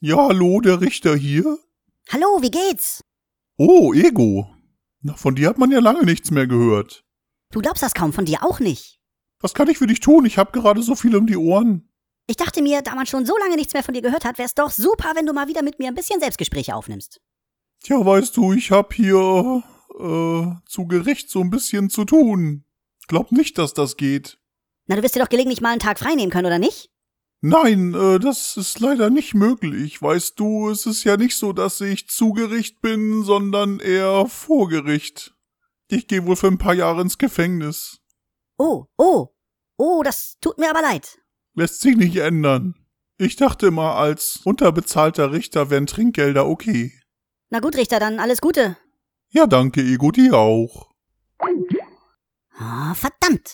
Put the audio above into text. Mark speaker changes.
Speaker 1: Ja, hallo, der Richter hier.
Speaker 2: Hallo, wie geht's?
Speaker 1: Oh, Ego. Na, von dir hat man ja lange nichts mehr gehört.
Speaker 2: Du glaubst das kaum, von dir auch nicht.
Speaker 1: Was kann ich für dich tun? Ich habe gerade so viel um die Ohren.
Speaker 2: Ich dachte mir, da man schon so lange nichts mehr von dir gehört hat, wär's doch super, wenn du mal wieder mit mir ein bisschen Selbstgespräche aufnimmst.
Speaker 1: Tja, weißt du, ich hab hier äh, zu Gericht so ein bisschen zu tun. Glaub nicht, dass das geht.
Speaker 2: Na, du wirst dir doch gelegentlich mal einen Tag frei nehmen können, oder nicht?
Speaker 1: Nein, äh, das ist leider nicht möglich. Weißt du, es ist ja nicht so, dass ich zu Gericht bin, sondern eher vor Gericht. Ich gehe wohl für ein paar Jahre ins Gefängnis.
Speaker 2: Oh, oh, oh, das tut mir aber leid.
Speaker 1: Lässt sich nicht ändern. Ich dachte immer, als unterbezahlter Richter wären Trinkgelder okay.
Speaker 2: Na gut, Richter, dann alles Gute.
Speaker 1: Ja, danke, Ego, dir auch.
Speaker 2: Ah, verdammt.